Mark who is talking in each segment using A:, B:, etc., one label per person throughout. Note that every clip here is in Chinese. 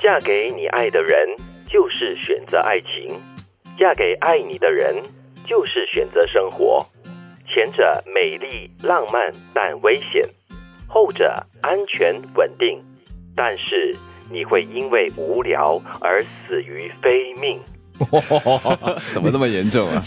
A: 嫁给你爱的人，就是选择爱情；嫁给爱你的人，就是选择生活。前者美丽浪漫但危险，后者安全稳定，但是你会因为无聊而死于非命。
B: 怎么那么严重啊？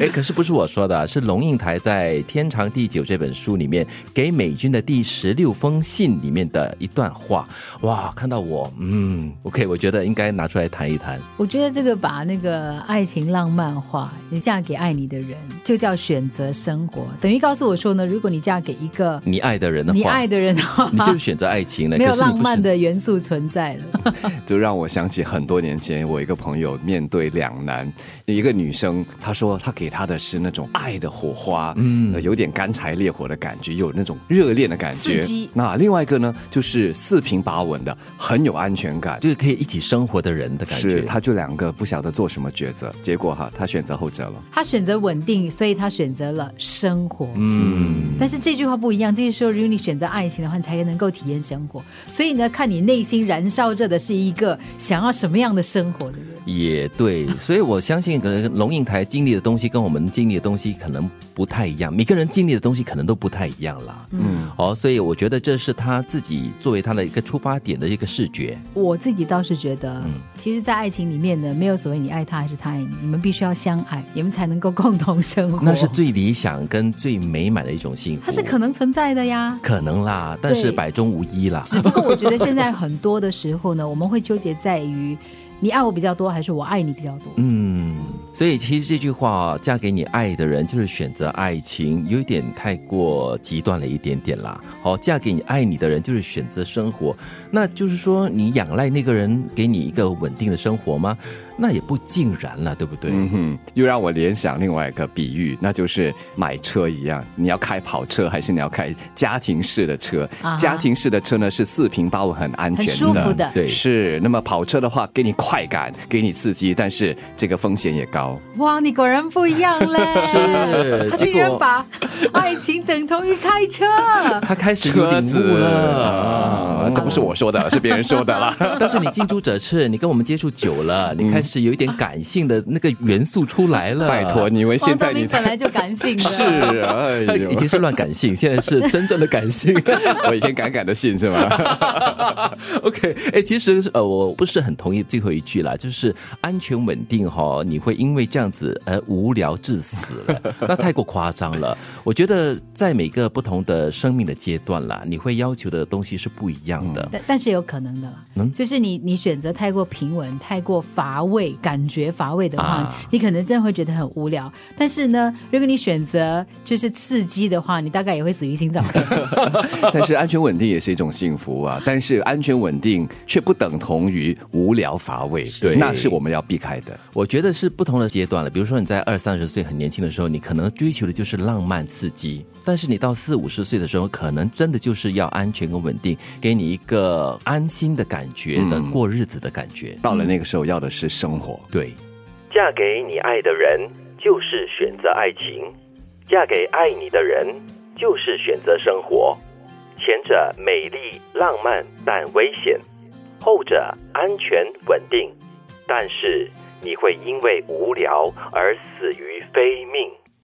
C: 哎，可 是不 是我说的啊，是龙应台在《天长地久》这本书里面给美军的第十六封信里面的一段话。哇，看到我，嗯，OK，我觉得应该拿出来谈一谈。
D: 我觉得这个把那个爱情浪漫化，你嫁给爱你的人，就叫选择生活，等于告诉我说呢，如果你嫁给一个
C: 你爱的人嗯的话，
D: 你爱的人的话，
C: 你就选择爱情了，
D: 没有
C: 可是你不
D: 浪漫
C: 是
D: 的元素存在了。
B: 就让我想起很多年前我一个朋友面对两难，一个女生她说她给她的是那种爱的火花，嗯、有点干柴烈火的感觉，有那种热恋的感觉
D: 刺激。
B: 那另外一个呢，就是四平八稳的，很有安全感。
C: 就是可以一起生活的人的感觉。
B: 是，她就两个不晓得做什么抉择，结果哈，她选择后者了。
D: 他选择稳定，所以他选择了生活。嗯，但是这句话不一样，这是说，如果你选择爱情的话，你才能够体验生活。所以呢，看你内心燃烧着的是一个想要什么样的生活的人。
C: 也对，所以我相信，可能龙应台经历的东西跟我们经历的东西可能不太一样，每个人经历的东西可能都不太一样啦。嗯，哦，所以我觉得这是他自己作为他的一个出发点的一个视觉。
D: 我自己倒是觉得，
C: 嗯
D: 其实，在爱情里面呢，没有所谓你爱他还是他爱你，你们必须要相爱，你们才能够共同生活。
C: 那是最理想跟最美满的一种幸福。
D: 它是可能存在 的呀。
C: 可能啦，但是
D: 对
C: 百中无一啦。
D: 只不过我觉得现在很多的时候呢，我们会纠结在于你爱我比较多，还是我爱你比较多。
C: 嗯，所以其实这句话，嫁给你爱的人就是选择爱情，有一点太过极端了一点点啦。好，嫁给你爱你的人就是选择生活，那就是说你仰赖那个人给你一个稳定的生活吗？那也不尽然了，对不对？
B: 嗯哼，又让我联想另外一个比喻，那就是买车一样，你要开跑车还是你要开家庭式的车？
D: 啊哈
B: 家庭式的车呢是四平八稳、很安全的，
D: 很舒服的
C: 对
B: 是。那么跑车的话，给你快感，给你刺激，但是这个风险也高。
D: 哇，你果然不一样嘞！
C: 是
D: 他
C: 结
D: 竟
C: 果
D: 然把爱情等同于开 车。
C: 他开始有
B: 车
C: 领悟
B: 子
D: 啊
C: 了。
B: 啊，这不是我说的，是别人说的 啦。
C: 啊但是你近朱者赤，你跟我们接触久了，你开始有一点感性的那个元素出来 了。
B: 拜托，你以为现
D: 王
B: 在
D: 兆
B: 你
D: 明本
B: 才
D: 来就感 性的，
B: 是？哎
C: 他
B: 呦
C: 以，前是乱感性，现在是真正的感性。
B: 我以前敢敢的信是吗？
C: OK，哎、其实呃，我不是很同意最后一句啦，就是安全稳定哈、你会因为这样子而无聊致死了，那太过夸张了。我觉得在每个不同的生命的阶段啦，你会要求的东西是不一样的。嗯
D: 但但是有可能的啦，就是你你选择太过平稳、太过乏味、感觉乏味的话，
C: 啊
D: 你可能真的会觉得很无聊。但是呢，如果你选择就是刺激的话，你大概也会死于心脏病。
B: 但是安全稳定也是一种幸福啊，但是安全稳定却不等同于无聊乏味，
C: 对
B: 那是我们要避开的。
C: 我觉得是不同的阶段了。比如说你在二三十岁很年轻的时候，你可能追求的就是浪漫刺激，但是你到四五十岁的时候，可能真的就是要安全跟稳定，给你一个安心的感觉的过日子的感觉。
B: 到了那个时候，要的是生活。
C: 对。
A: 嫁给你爱的人，就是选择爱情；嫁给爱你的人，就是选择生活。前者美丽浪漫但危险，后者安全稳定，但是你会因为无聊而死于非命。